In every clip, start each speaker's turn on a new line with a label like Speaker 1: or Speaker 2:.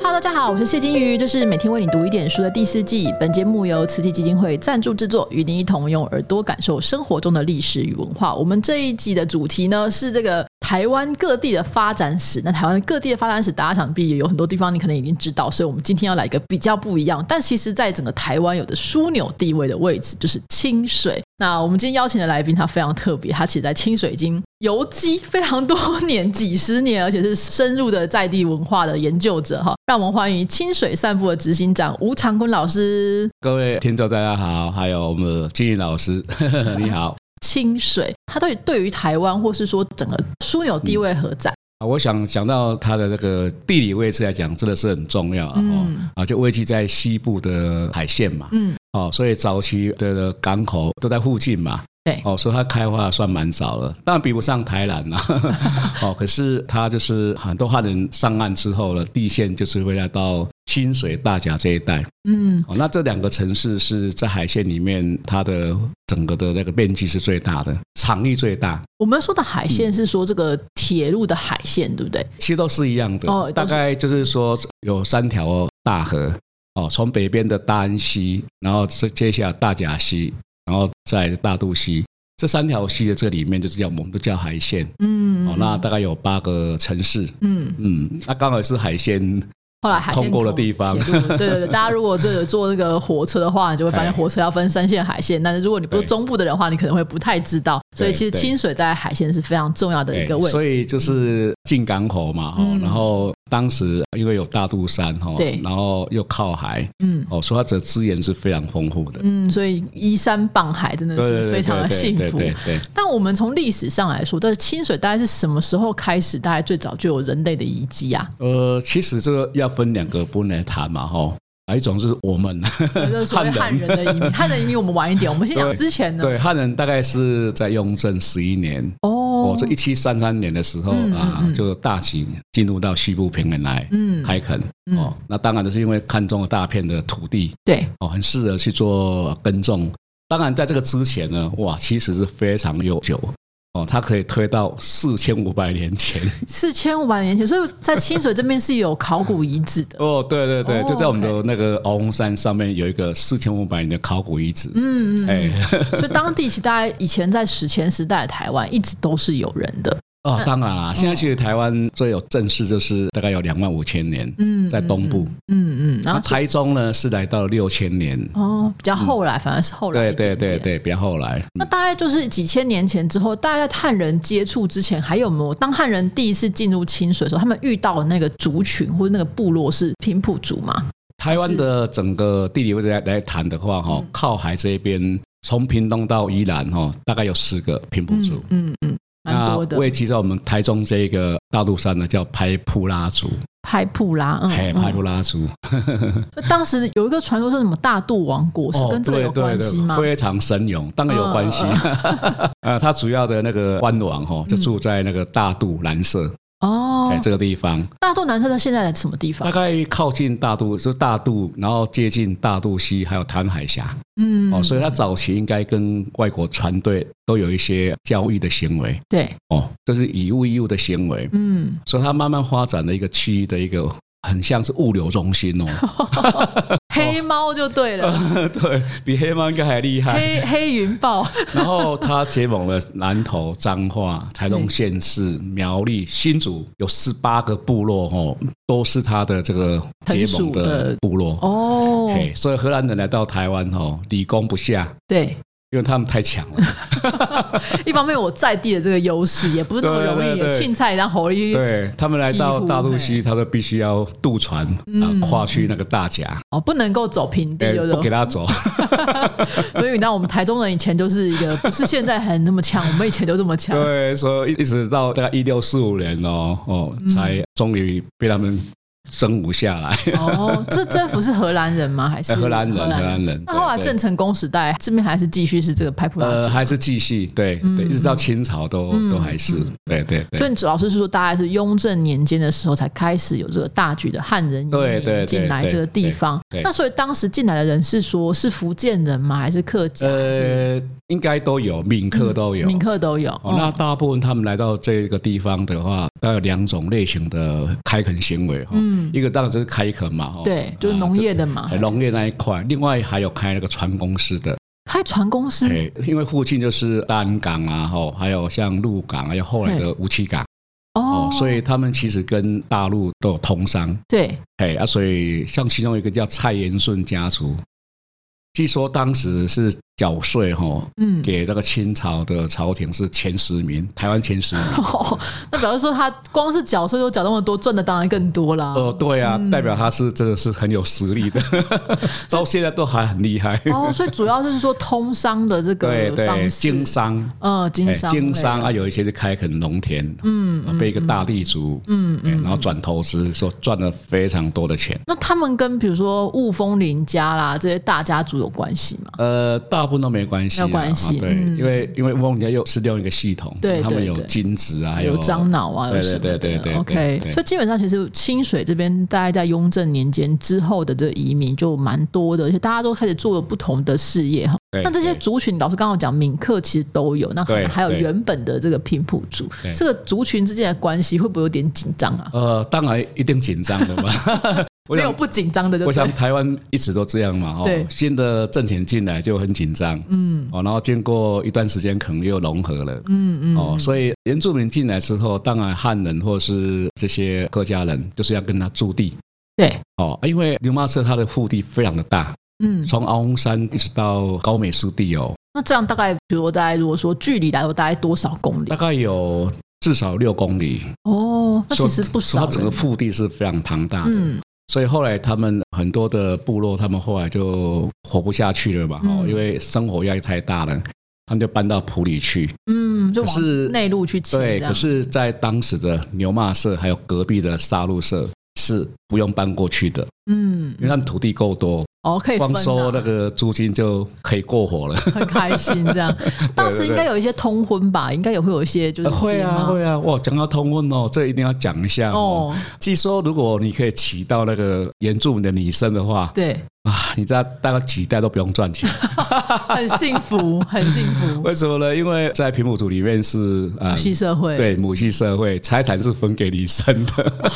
Speaker 1: 大家好，我是谢金鱼，这是每天为你读一点书的第四季。本节目由慈济基金会赞助制作，与您一同用耳朵感受生活中的历史与文化。我们这一集的主题呢是这个台湾各地的发展史。那台湾各地的发展史，大家想必有很多地方你可能已经知道，所以我们今天要来一个比较不一样，但其实在整个台湾有着枢纽地位的位置就是清水。那我们今天邀请的来宾他非常特别，他其实在清水已经游击非常多年，几十年，而且是深入的在地文化的研究者哈。让我们欢迎清水散步的执行长吴长坤老师。
Speaker 2: 各位听众大家好，还有我们的金宇老师， 你好。
Speaker 1: 清水，它对对于台湾或是说整个枢纽地位何在？
Speaker 2: 啊我想讲到它的那个地理位置来讲，真的是很重要啊、哦
Speaker 1: 嗯
Speaker 2: 啊，就位居在西部的海线嘛，
Speaker 1: 嗯，
Speaker 2: 哦，所以早期的港口都在附近嘛，
Speaker 1: 对
Speaker 2: 哦，所以它开发算蛮早了，当然比不上台南啦、 哦，可是它就是很多汉人上岸之后呢，地线就是会来到清水、大甲这一带，
Speaker 1: 嗯
Speaker 2: 哦，那这两个城市是在海线里面，它的整个的那个面积是最大的，场域最大，
Speaker 1: 我们说的海线是说这个铁路的海线，对不对？
Speaker 2: 其实都是一样的。
Speaker 1: 哦都是
Speaker 2: 大概就是说有三条大河哦，从北边的大安溪，然后接接下来大甲溪，然后再来大肚溪，这三条溪的这里面就是叫我们都叫海线。
Speaker 1: 嗯，
Speaker 2: 哦，那大概有八个城市，
Speaker 1: 嗯，
Speaker 2: 嗯，那刚好是海线
Speaker 1: 后来海线
Speaker 2: 通过的地方
Speaker 1: 铁路对对对，大家如果这个坐那个火车的话，你就会发现
Speaker 2: 哎
Speaker 1: 火车要分三线海线，但是如果你不是
Speaker 2: 对
Speaker 1: 中部的人的话，你可能会不太知道。所以
Speaker 2: 对
Speaker 1: 其实
Speaker 2: 对
Speaker 1: 清水在海线是非常重要的一个
Speaker 2: 对
Speaker 1: 位置，
Speaker 2: 哎所以就是进港口嘛，哈、
Speaker 1: 嗯
Speaker 2: 然后当时因为有大肚山哈，
Speaker 1: 对
Speaker 2: 然后又靠海，
Speaker 1: 嗯
Speaker 2: 哦，所以它的资源是非常丰富的，
Speaker 1: 嗯，所以依山傍海真的
Speaker 2: 对对
Speaker 1: 是
Speaker 2: 对
Speaker 1: 非常的
Speaker 2: 对
Speaker 1: 幸
Speaker 2: 对
Speaker 1: 福。
Speaker 2: 对对对
Speaker 1: 但我们从历史上来说，这清水大概是什么时候开始？大概最早就有人类的遗迹 啊？
Speaker 2: 呃，其实这个要分两个部分来谈嘛，哈，啊一种是我 们
Speaker 1: 对就是所谓汉
Speaker 2: 汉
Speaker 1: 人的移民，汉人移民我们晚一点，我们先讲
Speaker 2: 对
Speaker 1: 之前呢。
Speaker 2: 对汉人大概是在雍正十一年，
Speaker 1: 哦
Speaker 2: 哦，这一七三三年的时候
Speaker 1: 嗯嗯
Speaker 2: 啊
Speaker 1: 嗯，
Speaker 2: 就大举进入到西部平原来
Speaker 1: 嗯
Speaker 2: 开垦，
Speaker 1: 嗯
Speaker 2: 哦，那当然就是因为看中了大片的土地，
Speaker 1: 对，
Speaker 2: 哦，很适合去做耕种。当然，在这个之前呢，哇，其实是非常悠久哦，它可以推到四千五百年前。
Speaker 1: 四千五百年前，所以在清水这边是有考古遗址的。
Speaker 2: 哦，对对对，
Speaker 1: 哦
Speaker 2: 就在我们的那个鳌红山上面有一个四千五百年的考古遗址。
Speaker 1: 嗯嗯，
Speaker 2: 哎，
Speaker 1: 所以当地其实大概以前在史前时代的台湾一直都是有人的。
Speaker 2: 哦，当然
Speaker 1: 嗯
Speaker 2: 啦，现在其实台湾最有正式就是大概有两万五千年，
Speaker 1: 嗯，
Speaker 2: 在东部。
Speaker 1: 嗯嗯，然
Speaker 2: 那
Speaker 1: 后是
Speaker 2: 台中呢是来到六千年，
Speaker 1: 哦，比较后来，反而是后来
Speaker 2: 对
Speaker 1: 一点
Speaker 2: 对
Speaker 1: 点。
Speaker 2: 对对，比较后来。
Speaker 1: 那大概就是几千年前之后，大家在汉人接触之前，还有没有当汉人第一次进入清水的时候，他们遇到的那个族群或者那个部落是平埔族嘛？
Speaker 2: 台湾的整个地理位置来来谈
Speaker 1: 嗯
Speaker 2: 的话，哈，靠海这边，从屏东到宜兰，哈，大概有十个平埔族。
Speaker 1: 嗯嗯，蛮
Speaker 2: 那
Speaker 1: 多的。
Speaker 2: 位居在我们台中这一个大陆山呢，叫拍普拉族，
Speaker 1: 派布拉，嗯，
Speaker 2: 嘿，
Speaker 1: 嗯
Speaker 2: 拍普拉族，
Speaker 1: 所以当时有一个传说是什么大肚王
Speaker 2: 哦
Speaker 1: 国，是跟这个有关系吗？嗯
Speaker 2: 非常神勇，当然有关系。 呃，他主要的那个湾王哈，就住在那个大肚蓝色，
Speaker 1: 哦
Speaker 2: 哎，，这个地方，
Speaker 1: 大肚南山在现在在什么地
Speaker 2: 大
Speaker 1: 方？
Speaker 2: 概靠近大肚，就大肚，然后接近大肚溪，还有台湾海峡。
Speaker 1: 嗯，
Speaker 2: 哦，所以他早期应该跟外国船队都有一些交易的行为，
Speaker 1: 对，
Speaker 2: 哦，就是以物易物的行为，
Speaker 1: 嗯，
Speaker 2: 所以他慢慢发展了一个区域的一个很像是物流中心哦，
Speaker 1: 黑猫就对 了，
Speaker 2: 对比黑猫应该还厉害。
Speaker 1: 黑黑云豹，
Speaker 2: 然后他结盟了南投、彰 化、台东县市、苗栗、新竹，有十八个部落哦，都是他的这个结
Speaker 1: 很
Speaker 2: 盟
Speaker 1: 属的
Speaker 2: 的部落。
Speaker 1: 哦，
Speaker 2: 嘿，所以荷兰人来到台湾哦，理攻不下，
Speaker 1: 对，
Speaker 2: 因为他们太强了。
Speaker 1: 一方面我在地的这个优势也不是那么容易
Speaker 2: 对对
Speaker 1: 的，
Speaker 2: 对
Speaker 1: 青菜当猴力，
Speaker 2: 对他们来到
Speaker 1: 西湖
Speaker 2: 大陆西，他都必须要渡船啊、
Speaker 1: 嗯
Speaker 2: 跨去那个大甲，
Speaker 1: 哦，不能够走平地，
Speaker 2: 哎
Speaker 1: 有
Speaker 2: 不给
Speaker 1: 的，
Speaker 2: 他 走。
Speaker 1: 所以你知道我们台中人以前就是一个不是现在很那么强，我们以前就这么强，
Speaker 2: 对，所以一直到大概一六四五年哦，哦，
Speaker 1: 嗯
Speaker 2: 才终于被他们征服下来。
Speaker 1: 哦，这政府是荷兰人吗？还是
Speaker 2: 哎 荷兰人，荷兰人。
Speaker 1: 那后来
Speaker 2: 对对
Speaker 1: 郑成功时代，这边还是继续是这个派普拉
Speaker 2: 呃
Speaker 1: 族。
Speaker 2: 还是继续对对，一直到清朝都
Speaker 1: 嗯
Speaker 2: 都还是
Speaker 1: 嗯
Speaker 2: 对对
Speaker 1: 所
Speaker 2: 对。
Speaker 1: 以老师是说，大概是雍正年间的时候才开始有这个大举的汉人移
Speaker 2: 对对
Speaker 1: 民
Speaker 2: 对
Speaker 1: 进来这个地方
Speaker 2: 对对。对
Speaker 1: 那所以当时进来的人是说是福建人吗？还是客家？还是嗯
Speaker 2: 呃，应该都有，闽客都有。
Speaker 1: 闽客都有。
Speaker 2: 哦，那大部分他们来到这个地方的话，大概有两种类型的开垦行为哈。哦
Speaker 1: 嗯
Speaker 2: 一个当然就是开垦嘛，哦哈
Speaker 1: 对，就是农业的嘛
Speaker 2: 啊，农业那一块，另外还有开那个船公司的，
Speaker 1: 开船公司
Speaker 2: 哎，因为附近就是大安港啊，哈，还有像鹿港，还有后来的乌七港，
Speaker 1: 哦
Speaker 2: 哦，，所以他们其实跟大陆都有通商，
Speaker 1: 对，
Speaker 2: 哎啊，所以像其中一个叫蔡元顺家族，据说当时是缴税哈，
Speaker 1: 嗯，
Speaker 2: 给那个清朝的朝廷是前十名，台湾前十名。
Speaker 1: 哦，那表示说他光是缴税就缴那么多，赚的当然更多啦。
Speaker 2: 哦，对啊，
Speaker 1: 嗯
Speaker 2: 代表他是真的是很有实 力的，到现在都还很厉害。
Speaker 1: 哦，所以主要就是说通商的这
Speaker 2: 对
Speaker 1: 个
Speaker 2: 对，
Speaker 1: 方
Speaker 2: 经
Speaker 1: 式，
Speaker 2: 商，
Speaker 1: 嗯，经
Speaker 2: 哎
Speaker 1: 商类的，
Speaker 2: 经商啊，有一些是开垦农田，啊
Speaker 1: 嗯，嗯
Speaker 2: 被一个大地主，
Speaker 1: 嗯
Speaker 2: 哎然后转投资，说赚了非常多的钱。
Speaker 1: 那他们跟比如说雾峰林家啦这些大家族有关系吗？
Speaker 2: 呃，大部分都没关系啊，
Speaker 1: 没有关系
Speaker 2: 啊对，
Speaker 1: 嗯
Speaker 2: 因为因为翁人家又是另外一个系统，
Speaker 1: 对
Speaker 2: 他们
Speaker 1: 对
Speaker 2: 有
Speaker 1: 对
Speaker 2: 金子啊，还有
Speaker 1: 樟脑啊，有
Speaker 2: 对对
Speaker 1: 什么的
Speaker 2: 对对对对
Speaker 1: OK，
Speaker 2: 对
Speaker 1: 所以基本上其实清水这边大概在雍正年间之后的这个移民就蛮多的，而且大家都开始做了不同的事业哈。
Speaker 2: 对
Speaker 1: 那这些
Speaker 2: 对
Speaker 1: 族群，老师刚刚有讲闽客其实都有，那可能
Speaker 2: 对
Speaker 1: 还有
Speaker 2: 对
Speaker 1: 原本的这个平埔族，
Speaker 2: 对
Speaker 1: 这个族群之间的关系会不会有点紧张啊？
Speaker 2: 呃，当然一定紧张的嘛。我
Speaker 1: 没有
Speaker 2: 想
Speaker 1: 不紧张的就
Speaker 2: 我
Speaker 1: 对
Speaker 2: 想台湾一直都这样嘛，
Speaker 1: 对
Speaker 2: 哦，新的政权进来就很紧张，
Speaker 1: 嗯
Speaker 2: 哦，然后经过一段时间可能又融合了，
Speaker 1: 嗯嗯，
Speaker 2: 哦，所以原住民进来之后，当然汉人或是这些客家人就是要跟他驻地，
Speaker 1: 对，
Speaker 2: 哦，因为牛妈社它的腹地非常的大，
Speaker 1: 嗯，
Speaker 2: 从鳌峰山一直到高美湿地哦，
Speaker 1: 那这样大概，比如说大概如果说距离来说大概多少公里
Speaker 2: 大？概有至少六公里，
Speaker 1: 哦，那其实不
Speaker 2: 所以
Speaker 1: 少
Speaker 2: 它整
Speaker 1: 了
Speaker 2: 个。腹地是非常庞大的。
Speaker 1: 嗯，
Speaker 2: 所以后来他们很多的部落，他们后来就活不下去了嘛，哦
Speaker 1: 嗯
Speaker 2: 因为生活压力太大了，他们就搬到埔里去。
Speaker 1: 嗯，就
Speaker 2: 可是
Speaker 1: 往内陆去骑，
Speaker 2: 对，
Speaker 1: 这
Speaker 2: 可
Speaker 1: 样
Speaker 2: 是，在当时的牛骂社还有隔壁的沙鹿社是不用搬过去的，
Speaker 1: 嗯
Speaker 2: 因，为他们土地够多，
Speaker 1: 哦，可以分、
Speaker 2: 光收那
Speaker 1: 啊，
Speaker 2: 个租金就可以过活了。
Speaker 1: 很开心这 样。当时应该有一些通婚吧，应该也会有一些就是
Speaker 2: 会
Speaker 1: 结
Speaker 2: 啊
Speaker 1: 吗
Speaker 2: 会啊，哇，讲到通婚哦，这一定要讲一下哦。
Speaker 1: 哦，
Speaker 2: 据说如果你可以娶到那个原住民的女生的话，
Speaker 1: 对，
Speaker 2: 啊，你知道大概几代都不用赚钱。
Speaker 1: 很幸 福，很幸福，
Speaker 2: 为什么呢？因为在平埔族里面是呃
Speaker 1: 母，系社会，，
Speaker 2: 对母系社会，财产是分给女 生的。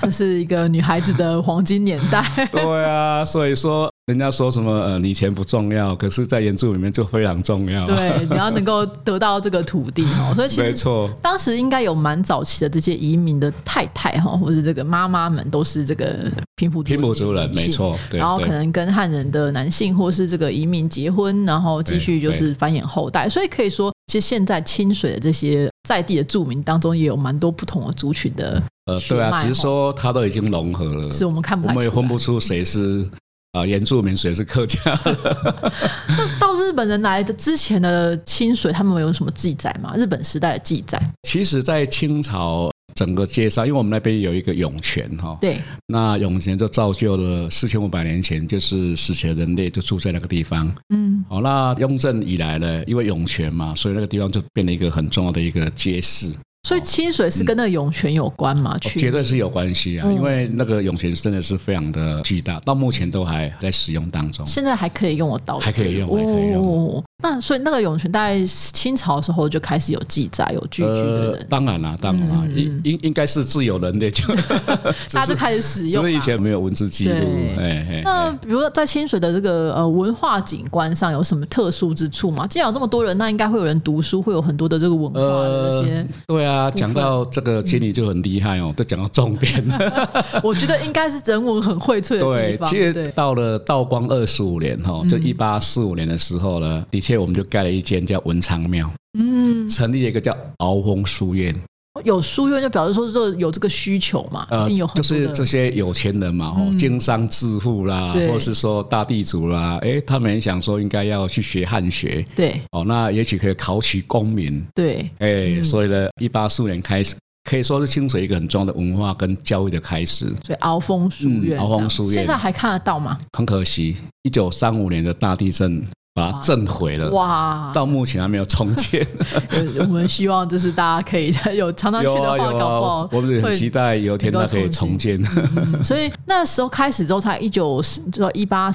Speaker 1: 这是一个女孩子的黄金年代。
Speaker 2: 对啊，所以说人家说什么呃，你钱不重要，可是在原著里面就非常重要。，
Speaker 1: 对，你要能够得到这个土地哦，所以其
Speaker 2: 没
Speaker 1: 实
Speaker 2: 错。
Speaker 1: 当时应该有蛮早期的这些移民的太太哈，或是这个妈妈们都是这个平埔族
Speaker 2: 平埔族人
Speaker 1: 女
Speaker 2: 没
Speaker 1: 性。
Speaker 2: 错，对
Speaker 1: 然后可
Speaker 2: 对
Speaker 1: 能跟汉人的男性或是这个移民结婚，然后继续就是繁衍后代，所以可以说，其实现在清水的这些在地的住民当中，也有蛮多不同的族群的，
Speaker 2: 呃，
Speaker 1: 血
Speaker 2: 对
Speaker 1: 脉
Speaker 2: 啊，只
Speaker 1: 哦
Speaker 2: 是说它都已经融合了，
Speaker 1: 是我们看不
Speaker 2: 嗯我
Speaker 1: 太出
Speaker 2: 们
Speaker 1: 来。
Speaker 2: 也分不出谁是啊原住民，谁是客家 人。
Speaker 1: 那到日本人来的之前的清水，他们有什么记载吗？日本时代的记载？
Speaker 2: 其实，在清朝整个街上，因为我们那边有一个涌泉哈、
Speaker 1: 对，
Speaker 2: 那涌泉就造就了四千五百年前，就是史前人类就住在那个地方。
Speaker 1: 嗯
Speaker 2: 好，那雍正以来呢，因为涌泉嘛，所以那个地方就变成一个很重要的一个街市，哦
Speaker 1: 所以清水是跟那个涌泉有关吗？去
Speaker 2: 绝对是有关系啊。
Speaker 1: 嗯
Speaker 2: 因为那个涌泉真的是非常的巨大，到目前都还在使用当中。
Speaker 1: 现在还可以用得到，
Speaker 2: 还可以用
Speaker 1: 对不对
Speaker 2: 还可以用
Speaker 1: 哦。那所以那个涌泉大概清朝的时候就开始有记载，有聚居
Speaker 2: 呃
Speaker 1: 的人，
Speaker 2: 当然啦、当然啦、
Speaker 1: 嗯嗯
Speaker 2: 应应应该是自有人 类，就
Speaker 1: 大家
Speaker 2: 只
Speaker 1: 就是开始使
Speaker 2: 只
Speaker 1: 用、啊。
Speaker 2: 是以前没有文字记录
Speaker 1: 对。
Speaker 2: 哎哎，
Speaker 1: 那
Speaker 2: 哎
Speaker 1: 比如说在清水的这个呃文化景观上有什么特殊之处吗？既然有这么多人，那应该会有人读书，会有很多的这个文化的这呃些，
Speaker 2: 对
Speaker 1: 部分
Speaker 2: 啊，呃讲到这个经理就很厉害哦，都讲到重 点了。
Speaker 1: 我觉得应该是人文很荟萃的地
Speaker 2: 呃对，
Speaker 1: 方。嗯
Speaker 2: 其实到了道光二十五年哈，就一八四五年的时候呢，的确我们就盖了一间叫文昌庙，
Speaker 1: 嗯，
Speaker 2: 成立了一个叫鳌峰书院，
Speaker 1: 有书院就表示说这有这个需求嘛，一定有很
Speaker 2: 呃就
Speaker 1: 多的。嗯
Speaker 2: 是这些有钱人嘛，哦，经商致富啦，
Speaker 1: 对
Speaker 2: 或是说大地主啦，哎，他们也想说应该要去学汉学，
Speaker 1: 对
Speaker 2: 哦，那也许可以考取功名，
Speaker 1: 对，
Speaker 2: 哎，
Speaker 1: 嗯
Speaker 2: 所以呢，一八四五年开始，可以说是清水一个很重要的文化跟教育的开始。
Speaker 1: 所以鳌峰书院这样，
Speaker 2: 鳌峰嗯书院
Speaker 1: 现在还看得到吗？
Speaker 2: 很可惜，一九三五年的大地震把它震毁了。
Speaker 1: 哇，
Speaker 2: 呃到目前还没有重 建，
Speaker 1: 呃我们希望就是大家可以 在有常常去
Speaker 2: 有
Speaker 1: 的
Speaker 2: 啊
Speaker 1: 话，搞
Speaker 2: 有
Speaker 1: 不
Speaker 2: 啊
Speaker 1: 好，
Speaker 2: 我们也很期待有一天它可以重建。
Speaker 1: 嗯所以那时候开始之后，才一九就一八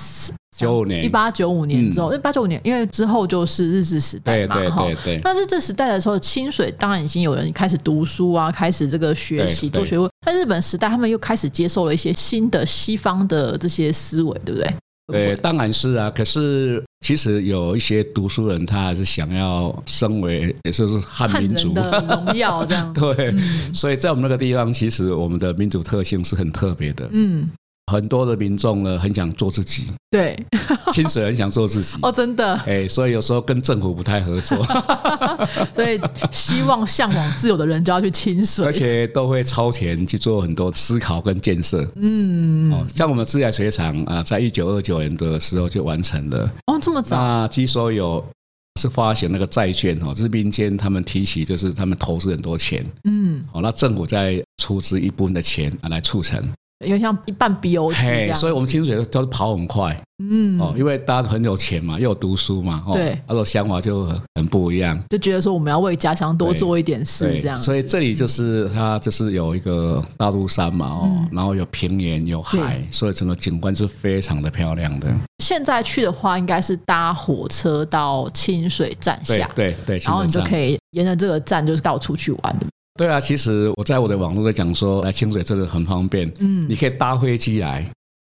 Speaker 2: 九五年
Speaker 1: 一八九五年之后，
Speaker 2: 嗯
Speaker 1: 一八九五年，因为之后就是日治时代
Speaker 2: 对
Speaker 1: 嘛，
Speaker 2: 对
Speaker 1: 哈
Speaker 2: 对对，
Speaker 1: 但是这时代的时候，清水当然已经有人开始读书啊，开始这个学习
Speaker 2: 对
Speaker 1: 做
Speaker 2: 对
Speaker 1: 学问。在日本时代，他们又开始接受了一些新的西方的这些思维，对不对？
Speaker 2: 呃，当然是啊。可是其实有一些读书人，他还是想要身为，也就是汉
Speaker 1: 汉
Speaker 2: 民族。
Speaker 1: 人，的嗯荣耀这样
Speaker 2: 对。所以在我们那个地方，其实我们的民主特性是很特别的。
Speaker 1: 嗯，
Speaker 2: 很多的民众呢，很想做自己，
Speaker 1: 对，，
Speaker 2: 清水很想做自己
Speaker 1: 哦，真的，
Speaker 2: 哎，所以有时候跟政府不太合 作，
Speaker 1: 所以希望向往自由的人就要去清 水。
Speaker 2: 而且都会超前去做很多思考跟建设。
Speaker 1: 嗯，
Speaker 2: 哦，像我们自来水厂啊，在一九二九年的时候就完成了。
Speaker 1: 哦，这么早，
Speaker 2: 那据说有是发行那个债券哦，就是民间他们提起，就是他们投资很多钱
Speaker 1: 嗯，
Speaker 2: 哦，那政府再出资一部分的钱啊来促成。
Speaker 1: 有点像一半 BOT 这样。
Speaker 2: 所以我们清水都是跑很快
Speaker 1: 嗯，
Speaker 2: 哦，因为大家很有钱嘛，又有读书嘛，哦，
Speaker 1: 对
Speaker 2: 那时候想法就很不一样。
Speaker 1: 就觉得说我们要为家乡多
Speaker 2: 对
Speaker 1: 做一点事，
Speaker 2: 对
Speaker 1: 这样子。
Speaker 2: 所以这里就是它就是有一个大肚山嘛，哦，
Speaker 1: 嗯
Speaker 2: 然后有平原有海，所以整个景观是非常的漂亮的。
Speaker 1: 现在去的话，应该是搭火车到清水站
Speaker 2: 对
Speaker 1: 下，
Speaker 2: 对对，
Speaker 1: 啊然后你就
Speaker 2: 以。
Speaker 1: 可以沿着这个站就是到处去玩，对不对
Speaker 2: 对啊，其实我在我的网络在讲说，来清水真的很方便，
Speaker 1: 嗯
Speaker 2: 你，可以搭飞机来，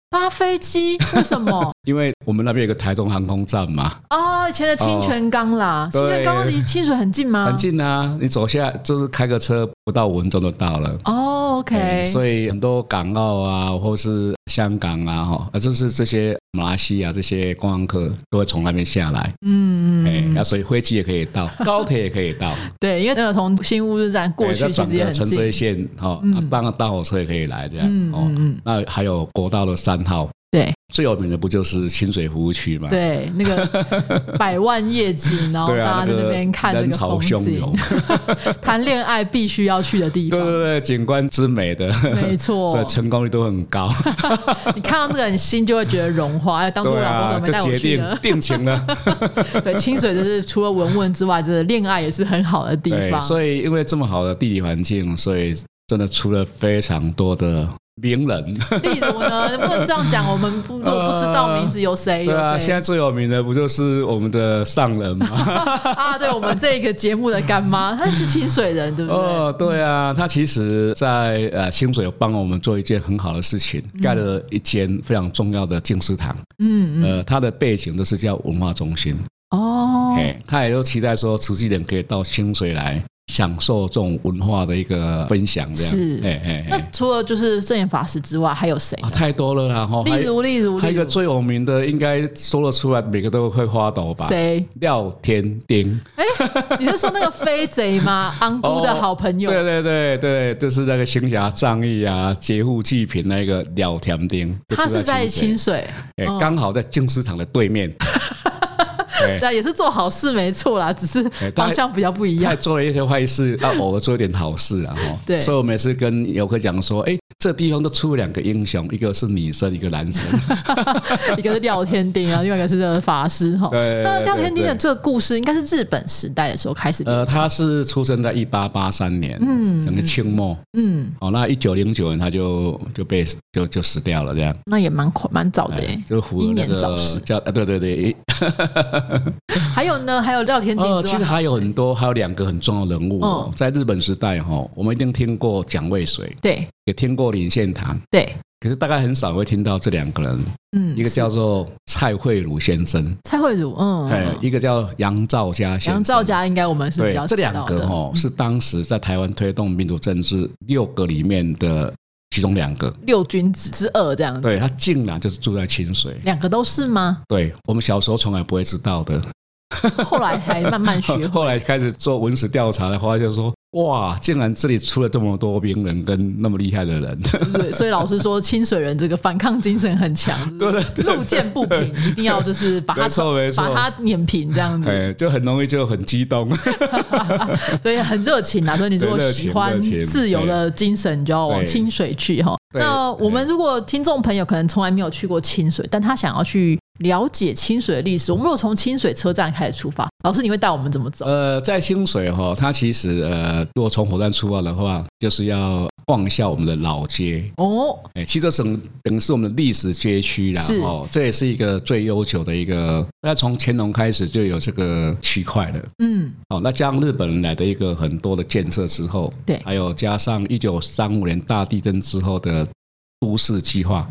Speaker 1: 搭飞机为什 么
Speaker 2: 因为我们那边有个台中航空站嘛，
Speaker 1: 啊？以前的清泉岗啦，
Speaker 2: 哦对
Speaker 1: 清泉岗离清水很近吗？
Speaker 2: 很。近啊，你走下就是开个车不到五分钟就到了。
Speaker 1: 哦
Speaker 2: 哎
Speaker 1: ，OK，
Speaker 2: 所以很多港澳啊，或是香港啊，哈，啊就是这些马来西亚这些观光客都会从那边下来，
Speaker 1: 嗯，
Speaker 2: 哎、
Speaker 1: 嗯
Speaker 2: 那、所以飞机也可以 到，高铁也可以到，
Speaker 1: 对，因为那个从新乌日站过
Speaker 2: 哎
Speaker 1: 去
Speaker 2: 那
Speaker 1: 其
Speaker 2: 转
Speaker 1: 实也
Speaker 2: 个
Speaker 1: 很
Speaker 2: 陈水
Speaker 1: 近，
Speaker 2: 线，哈、
Speaker 1: 嗯
Speaker 2: 啊当然大火车也可以来这样，
Speaker 1: 嗯
Speaker 2: 哦，
Speaker 1: 嗯嗯，
Speaker 2: 那还有国道的三号，
Speaker 1: 对
Speaker 2: 最有名的不就是清水服务区嘛？
Speaker 1: 对，那 个百万夜景，然后
Speaker 2: 对啊
Speaker 1: 大家在那边看这
Speaker 2: 人
Speaker 1: 个
Speaker 2: 潮
Speaker 1: 风
Speaker 2: 汹
Speaker 1: 景
Speaker 2: 涌，
Speaker 1: 谈恋爱必须要去的地
Speaker 2: 对
Speaker 1: 方，哦
Speaker 2: 对对，景观之美的，
Speaker 1: 没
Speaker 2: 所
Speaker 1: 错
Speaker 2: 以，成功率都很高。
Speaker 1: 你看到那个很新就会觉得融化， 哎当初我
Speaker 2: 对
Speaker 1: 老公怎
Speaker 2: 啊，
Speaker 1: 么
Speaker 2: 就
Speaker 1: 带我
Speaker 2: 决
Speaker 1: 去
Speaker 2: 定
Speaker 1: 的？
Speaker 2: 定情了。
Speaker 1: 对，清水就是除了文文之外，就是恋爱也是很好的地
Speaker 2: 对，
Speaker 1: 方。
Speaker 2: 所以因为这么好的地理环境，所以真的出了非常多的名人。
Speaker 1: 例如呢，能不能这样讲？我们不都不知道名字有谁？
Speaker 2: 对啊，
Speaker 1: 有谁
Speaker 2: 现在最有名的不就是我们的上人 吗？
Speaker 1: 啊？对我们这个节目的干 妈，她是清水人，对不对？
Speaker 2: 哦，对啊，他其实在呃清水有帮我们做一件很好的事情，盖了一间非常重要的敬师堂。
Speaker 1: 嗯嗯，
Speaker 2: 呃，它的背景就是叫文化中心。
Speaker 1: 哦，
Speaker 2: 哎，他也就期待说，慈济人可以到清水来享受这种文化的一个分享，这样。
Speaker 1: 是
Speaker 2: 哎哎
Speaker 1: 那
Speaker 2: 哎，
Speaker 1: 除了就是正言法师之外，还有谁呢
Speaker 2: 啊，？太多了啦，哈。还
Speaker 1: 例如，例如，
Speaker 2: 还有一个
Speaker 1: 例如
Speaker 2: 最有名的，应该说得出来，每个都会花抖吧？？
Speaker 1: 谁？
Speaker 2: 廖天丁，
Speaker 1: 你是说那个飞贼 吗？昂姑的好朋友
Speaker 2: 哦对对对对，就是那个行侠仗义啊、劫富济贫那个廖天丁，就
Speaker 1: 他
Speaker 2: 住
Speaker 1: 是在
Speaker 2: 清
Speaker 1: 清
Speaker 2: 水，
Speaker 1: 水，
Speaker 2: 哎
Speaker 1: 嗯，
Speaker 2: 刚好在净思堂的对面。哎
Speaker 1: 对啊，也是做好事没错啦，只是
Speaker 2: 哎大
Speaker 1: 方
Speaker 2: 家
Speaker 1: 向比较不一
Speaker 2: 他
Speaker 1: 样
Speaker 2: 也。做了一些 坏事，那偶尔做一点好事啊，哈。
Speaker 1: 对
Speaker 2: 所以我每次跟游客讲说，哎、这地方都出了两个英雄，一个是女生，一个 男生。
Speaker 1: 一个是廖天丁，然后另外一个是这个法师哈。
Speaker 2: 对
Speaker 1: 那廖天丁的
Speaker 2: 对对
Speaker 1: 这个故事应该是日本时代的时候开始的。
Speaker 2: 呃，他是出生在一八八三年，
Speaker 1: 嗯
Speaker 2: 嗯，整个清末。
Speaker 1: 嗯，
Speaker 2: 哦，那一九零九年他就就被就就死掉了，这样。
Speaker 1: 那也蛮快蛮早的
Speaker 2: 哎
Speaker 1: 耶。
Speaker 2: 就胡了那
Speaker 1: 英年早
Speaker 2: 个
Speaker 1: 逝
Speaker 2: 叫，呃对对对，
Speaker 1: 还有呢，还有廖天丁之外，
Speaker 2: 哦，其实还有很多，还有两个很重要的人物哦，
Speaker 1: 嗯
Speaker 2: 在日本时代哈、哦，我们一定听过蒋渭水，
Speaker 1: 对
Speaker 2: 也听过林献堂，
Speaker 1: 对，
Speaker 2: 可是大概很少会听到这两个人，
Speaker 1: 嗯，
Speaker 2: 一个
Speaker 1: 是
Speaker 2: 叫做蔡慧茹先生，
Speaker 1: 蔡慧茹，
Speaker 2: 哎，
Speaker 1: 嗯，
Speaker 2: 一个叫杨兆佳先生。
Speaker 1: 杨兆佳应该我们是比
Speaker 2: 对
Speaker 1: 较
Speaker 2: 这
Speaker 1: 知
Speaker 2: 两
Speaker 1: 道
Speaker 2: 个
Speaker 1: 的
Speaker 2: 哦，是当时在台湾推动民主政治六个里面的其中两个。
Speaker 1: 六君子之二这样子，
Speaker 2: 对他竟然就是住在清水，
Speaker 1: 两个都是 吗？
Speaker 2: 对我们小时候从来不会知道的。
Speaker 1: 后来才慢慢学会。
Speaker 2: 后来开始做文史调查的话，就说哇，竟然这里出了这么多名人跟那么厉害的人。
Speaker 1: 对，所以老师说清水人这个反抗精神很强，是不是
Speaker 2: 对对对对
Speaker 1: 路见不平一定要就是把
Speaker 2: 没
Speaker 1: 它
Speaker 2: 错没错
Speaker 1: 把它碾平这样子。
Speaker 2: 哎，就很容易就很激动，
Speaker 1: 所以很热情啊啦。所以你如果
Speaker 2: 对热情
Speaker 1: 喜欢
Speaker 2: 热情
Speaker 1: 自由的精神，你就要往
Speaker 2: 对
Speaker 1: 清水去哈。哦
Speaker 2: 对
Speaker 1: 那
Speaker 2: 对
Speaker 1: 我们如果听众朋友可能从来没有去过清水，但他想要去了解清水的历史。我们如果从清水车站开始出发，老师你会带我们怎么走？
Speaker 2: 呃，在清水哈、它其实呃，如果从火车站出发的话，就是要逛一下我们的老街。
Speaker 1: 哦，
Speaker 2: 哎，汽车城等于是我们的历史街区啦
Speaker 1: 是，
Speaker 2: 哦，这也是一个最悠久的一个，那从乾隆开始就有这个区块了。
Speaker 1: 嗯，
Speaker 2: 哦，那加上日本人来的一个很多的建设之后，
Speaker 1: 对
Speaker 2: 还有加上一九三五年大地震之后的都市计划，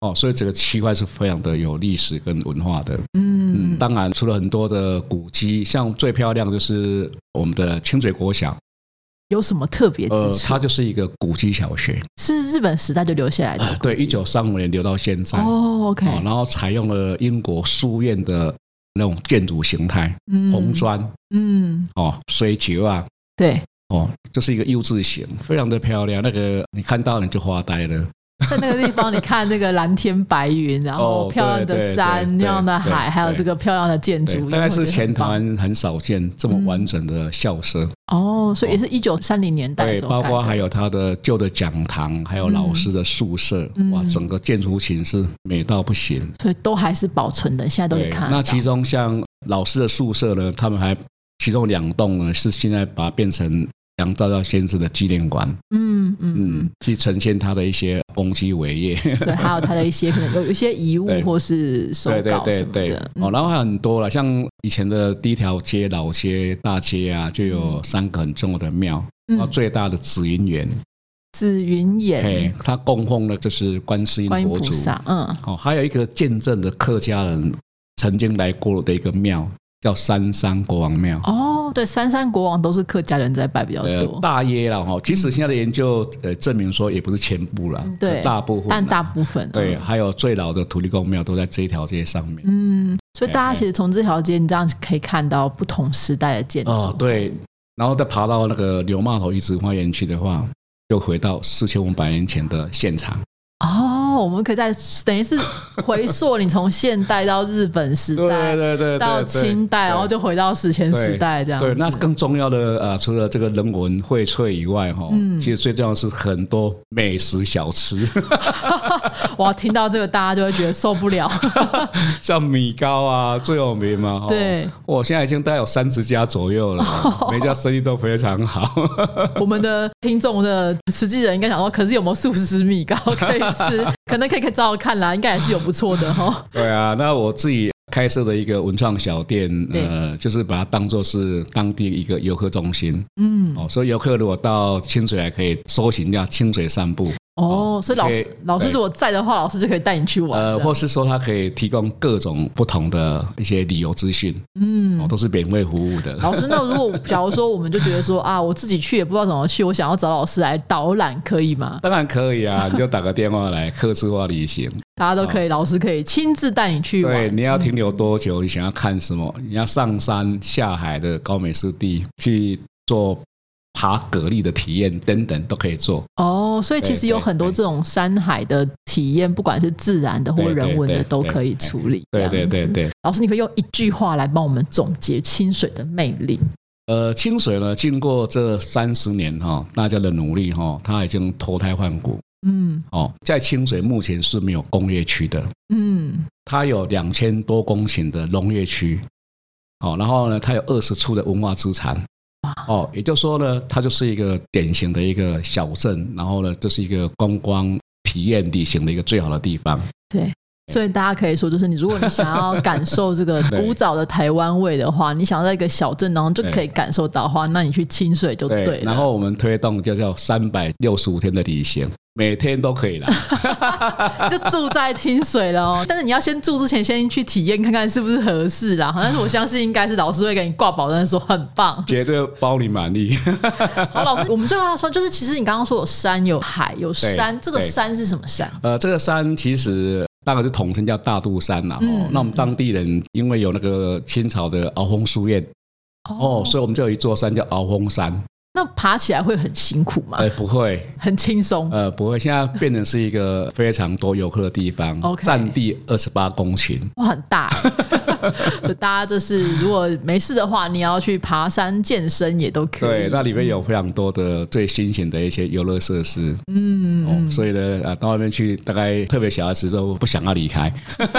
Speaker 2: 哦，所以整个区块是非常的有历史跟文化的。
Speaker 1: 嗯，
Speaker 2: 当然，除了很多的古迹，像最漂亮就是我们的清水国小，
Speaker 1: 有什么特别
Speaker 2: 呃
Speaker 1: 之，处？
Speaker 2: 它就是一个古迹小学，
Speaker 1: 是日本时代就留下来的古迹，
Speaker 2: 对，一九三五年留到现呃在。
Speaker 1: 哦，OK，
Speaker 2: 哦，然后采用了英国书院的那种建筑形态，
Speaker 1: 嗯
Speaker 2: 红，砖
Speaker 1: 嗯，
Speaker 2: 哦，水球啊，
Speaker 1: 对，
Speaker 2: 哦，就是一个 U 字形，非常的漂亮。那个你看到你就发呆了，
Speaker 1: 在那个地方，你看那个蓝天白云，然后
Speaker 2: 哦
Speaker 1: 漂亮的
Speaker 2: 对对
Speaker 1: 山、
Speaker 2: 对
Speaker 1: 漂亮的
Speaker 2: 对
Speaker 1: 海，
Speaker 2: 对
Speaker 1: 还有这个漂亮的建
Speaker 2: 对
Speaker 1: 筑，，
Speaker 2: 大概
Speaker 1: 有
Speaker 2: 是
Speaker 1: 没有觉得
Speaker 2: 全
Speaker 1: 很
Speaker 2: 台
Speaker 1: 棒
Speaker 2: 湾很少见这么完整的校舍，
Speaker 1: 哦，所以也是一九三零年代的
Speaker 2: 对，
Speaker 1: 时候
Speaker 2: 包
Speaker 1: 盖的，
Speaker 2: 括还有它的旧的讲堂，还有老师的宿舍，
Speaker 1: 嗯
Speaker 2: 哇，
Speaker 1: 嗯
Speaker 2: 整个建筑群是美到不行。
Speaker 1: 所以都还是保存的，现在都可以
Speaker 2: 对，
Speaker 1: 看得到。
Speaker 2: 那其中像老师的宿舍呢，他们还其中两栋呢是现在把它变成杨照耀先生的纪念馆。
Speaker 1: 嗯嗯
Speaker 2: 嗯，去呈现他的一些攻击伟 业。
Speaker 1: 嗯，所以还有它的一些可能有有一些遗物
Speaker 2: 对
Speaker 1: 或是手稿什么的，
Speaker 2: 哦，
Speaker 1: 嗯
Speaker 2: 然后还有很多了，像以前的第一条街、老街、大街啊，就有三个很重要的庙，然后
Speaker 1: 嗯，
Speaker 2: 最大的紫云园，
Speaker 1: 紫云
Speaker 2: 哎
Speaker 1: 眼、，
Speaker 2: 它供奉的就是观世音
Speaker 1: 观音
Speaker 2: 佛
Speaker 1: 菩
Speaker 2: 祖。
Speaker 1: 萨，嗯，
Speaker 2: 哦，还有一个见证的客家人曾经来过的一个庙，叫三山国王庙。
Speaker 1: 哦，对，三山国王都是客家人在拜比较
Speaker 2: 呃，
Speaker 1: 多，
Speaker 2: 大约了哈，即使现在的研究呃证明说也不是全部了
Speaker 1: 嗯，对
Speaker 2: 大部分啦，
Speaker 1: 但大部分
Speaker 2: 对，
Speaker 1: 嗯
Speaker 2: 还有最老的土地公庙都在这一条街上面。
Speaker 1: 嗯，所以大家
Speaker 2: 哎
Speaker 1: 其实从这条街，你这样可以看到不同时代的建筑。
Speaker 2: 哦，对，然后再爬到那个牛骂头遗址花园去的话，又回到四千五百年前的现场。
Speaker 1: 哦，我们可以在等于是回溯你从现代到日本时代，
Speaker 2: 对对
Speaker 1: 到清代，然后就回到史前时代这样子。
Speaker 2: 对，那更重要的呃，除了这个人文荟萃以外，哈、
Speaker 1: 嗯
Speaker 2: 其实最重要的是很多美食小吃，
Speaker 1: 哇，听到这个大家就会觉得受不 了。
Speaker 2: 像米糕啊，最有名嘛。哈
Speaker 1: 对，
Speaker 2: 我现在已经大概有三十家左右了， 每家生意都非常好。
Speaker 1: 我们的听众的实际人应该想说，可是有没有素食米糕可以 吃？可能可以可以找找看啦，应该也是有不错的哈。
Speaker 2: 对啊，那我自己开设的一个文创小店，呃，就是把它当做是当地一个游客中心
Speaker 1: 嗯，
Speaker 2: 哦，所以游客如果到清水来，可以搜寻一下清水散步，
Speaker 1: 哦，所以老师
Speaker 2: 可以
Speaker 1: 老师
Speaker 2: 对
Speaker 1: 如果在的话，老师就可以带你去玩
Speaker 2: 呃，
Speaker 1: 的。
Speaker 2: 或是说它可以提供各种不同的一些旅游资讯，
Speaker 1: 嗯
Speaker 2: 哦，，都是免费服务 的。
Speaker 1: 老师，那如果假如说我们就觉得说啊，我自己去也不知道怎么去，我想要找老师来导览，可以吗？
Speaker 2: 当然可以 啊，你就打个电话来，客制化旅行。
Speaker 1: 大家都可以，老师可以亲自带你去
Speaker 2: 对，
Speaker 1: 玩。嗯
Speaker 2: 你要停留多久？你想要看什么？你要上山下海的高美湿地去做爬蛤蜊的体验等等，都可以做。
Speaker 1: 哦，所以其实有很多这种山海的体验，不管是自然的或人文的，
Speaker 2: 对对对
Speaker 1: 都可以处理。
Speaker 2: 对对
Speaker 1: 这样
Speaker 2: 对
Speaker 1: 子，
Speaker 2: 对，
Speaker 1: 老师，你可以用一句话来帮我们总结清水的魅力。
Speaker 2: 呃，清水呢，经过这三十年哈、大家的努力哈、它已经脱胎换骨
Speaker 1: 嗯
Speaker 2: 哦。在清水目前是没有工业区的，
Speaker 1: 嗯，
Speaker 2: 它有两千多公顷的农业区，哦，然后呢，它有二十处的文化资产，哦，也就是说呢，它就是一个典型的一个小镇，然后呢，就是一个观光体验旅行的一个最好的地方。
Speaker 1: 对。所以大家可以说，就是你如果你想要感受这个
Speaker 2: 对
Speaker 1: 古早的台湾味的话，你想要在一个小镇，然后就可以感受到的话，那你去清水就对了。
Speaker 2: 然后我们推动就叫三百六十五天的旅行，每天都可 以来。
Speaker 1: 就住在清水了哦。但是你要先住之前，先去体验看看是不是合适啦。好像是我相信应该是老师会给你挂保证说很 棒。
Speaker 2: 绝对包你满意。
Speaker 1: 好，老师，我们最后要说就是，其实你刚刚说有山有海有山，
Speaker 2: 对
Speaker 1: 这个山是什么山？
Speaker 2: 呃，这个山其实当然是统称叫大肚山啦、
Speaker 1: 嗯
Speaker 2: 哦，那我们当地人因哦为有那个清朝的鳌峰书院哦，所以我们就有一座山叫鳌峰山。
Speaker 1: 那爬起来会很辛苦吗？
Speaker 2: 呃，不会，
Speaker 1: 很轻松。
Speaker 2: 呃，不会。现在变成是一个非常多游客的地方
Speaker 1: OK
Speaker 2: 占地二十八公顷。
Speaker 1: 哇，很 大欸，就大家就是如果没事的话，你要去爬山健身也都可以。
Speaker 2: 对，那里面有非常多的最新型的一些游乐设施，嗯、哦，所以呢，啊，到外面去，大概特别小孩子都不想要 离开，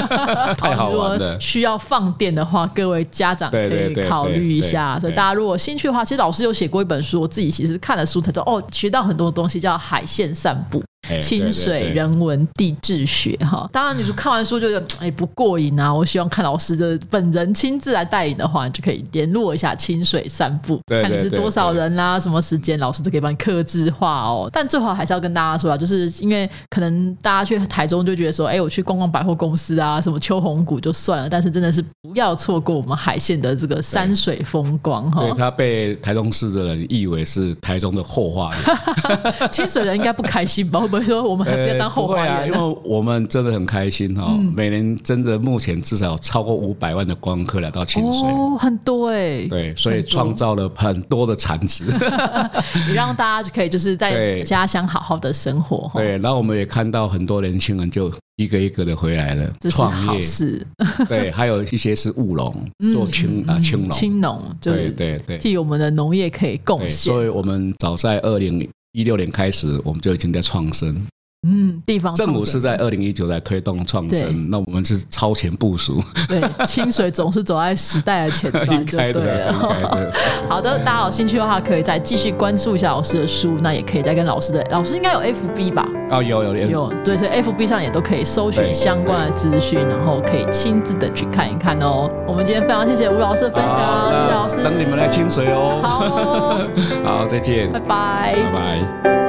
Speaker 2: 太好玩
Speaker 1: 如
Speaker 2: 了 哎
Speaker 1: 果。需要放电的话，各位家长可
Speaker 2: 对对
Speaker 1: 以
Speaker 2: 对
Speaker 1: 考虑一下。
Speaker 2: 对对
Speaker 1: 所以大家如果有兴趣的话，其实老师有写过一本书，我自己其实看了书才知道，哦，学到很多东西，叫《海线散步》。
Speaker 2: 哎
Speaker 1: 清水、
Speaker 2: 对对对
Speaker 1: 人文、地质学哈。当然，你看完书就觉得哎不过瘾啊，我希望看老师的本人亲自来带领的话，你就可以联络一下清水散步，
Speaker 2: 对对
Speaker 1: 看你是
Speaker 2: 对
Speaker 1: 多少人啦、什么时间，老师就可以帮你克制化哦。但最后还是要跟大家说啊，就是因为可能大家去台中就觉得说，哎，我去逛逛百货公司啊，什么秋红谷就算了，但是真的是不要错过我们海线的这个山水风光哈。
Speaker 2: 对他被台中市的人译为是台中的后花园，
Speaker 1: 清水人应该不开心吧？会不会说我们 还不要当后花
Speaker 2: 呃
Speaker 1: 园嗯呢？
Speaker 2: 不会啊，因为我们真的很开心哈、每年真的目前至少有超过五百万的观光客来到清水。
Speaker 1: 哦，很多哎、
Speaker 2: 对，所以
Speaker 1: 很多
Speaker 2: 创造了很多的产值。
Speaker 1: 也让大家可以就是在
Speaker 2: 对
Speaker 1: 家乡好好的生活哈，
Speaker 2: 对，然后我们也看到很多年轻人就一个一个的回来了，
Speaker 1: 这是
Speaker 2: 创
Speaker 1: 好
Speaker 2: 业。
Speaker 1: 事。
Speaker 2: 对，还有一些是务农，做青啊青农。
Speaker 1: 嗯青农就
Speaker 2: 对
Speaker 1: 是
Speaker 2: 对对
Speaker 1: 替我们的农业可以贡
Speaker 2: 对，
Speaker 1: 献，
Speaker 2: 所以我们早在二零一六年开始，我们就已经在创生。
Speaker 1: 嗯，地方
Speaker 2: 政府
Speaker 1: 创生
Speaker 2: 是在二零一九在推动创
Speaker 1: 对
Speaker 2: 生，那我们是超前部署，
Speaker 1: 对清水总是走在时代的前 端啊
Speaker 2: 应
Speaker 1: 就
Speaker 2: 该
Speaker 1: 对
Speaker 2: 的，应该
Speaker 1: 了。
Speaker 2: 的。
Speaker 1: 好的，大家有兴趣的话，可以再继续关注一下老师的书，那也可以再跟老师的老师应该有 FB 吧，
Speaker 2: 哦，有有有，
Speaker 1: 有对，所以 FB 上也都可以搜寻
Speaker 2: 对
Speaker 1: 相关的资讯，然后可以亲自的去看一看哦。我们今天非常谢谢吴老师的分享，
Speaker 2: 好
Speaker 1: 谢谢
Speaker 2: 那
Speaker 1: 老师，
Speaker 2: 等你们来清水哦。
Speaker 1: 好哦，
Speaker 2: 好，再见，
Speaker 1: 拜拜
Speaker 2: 拜拜。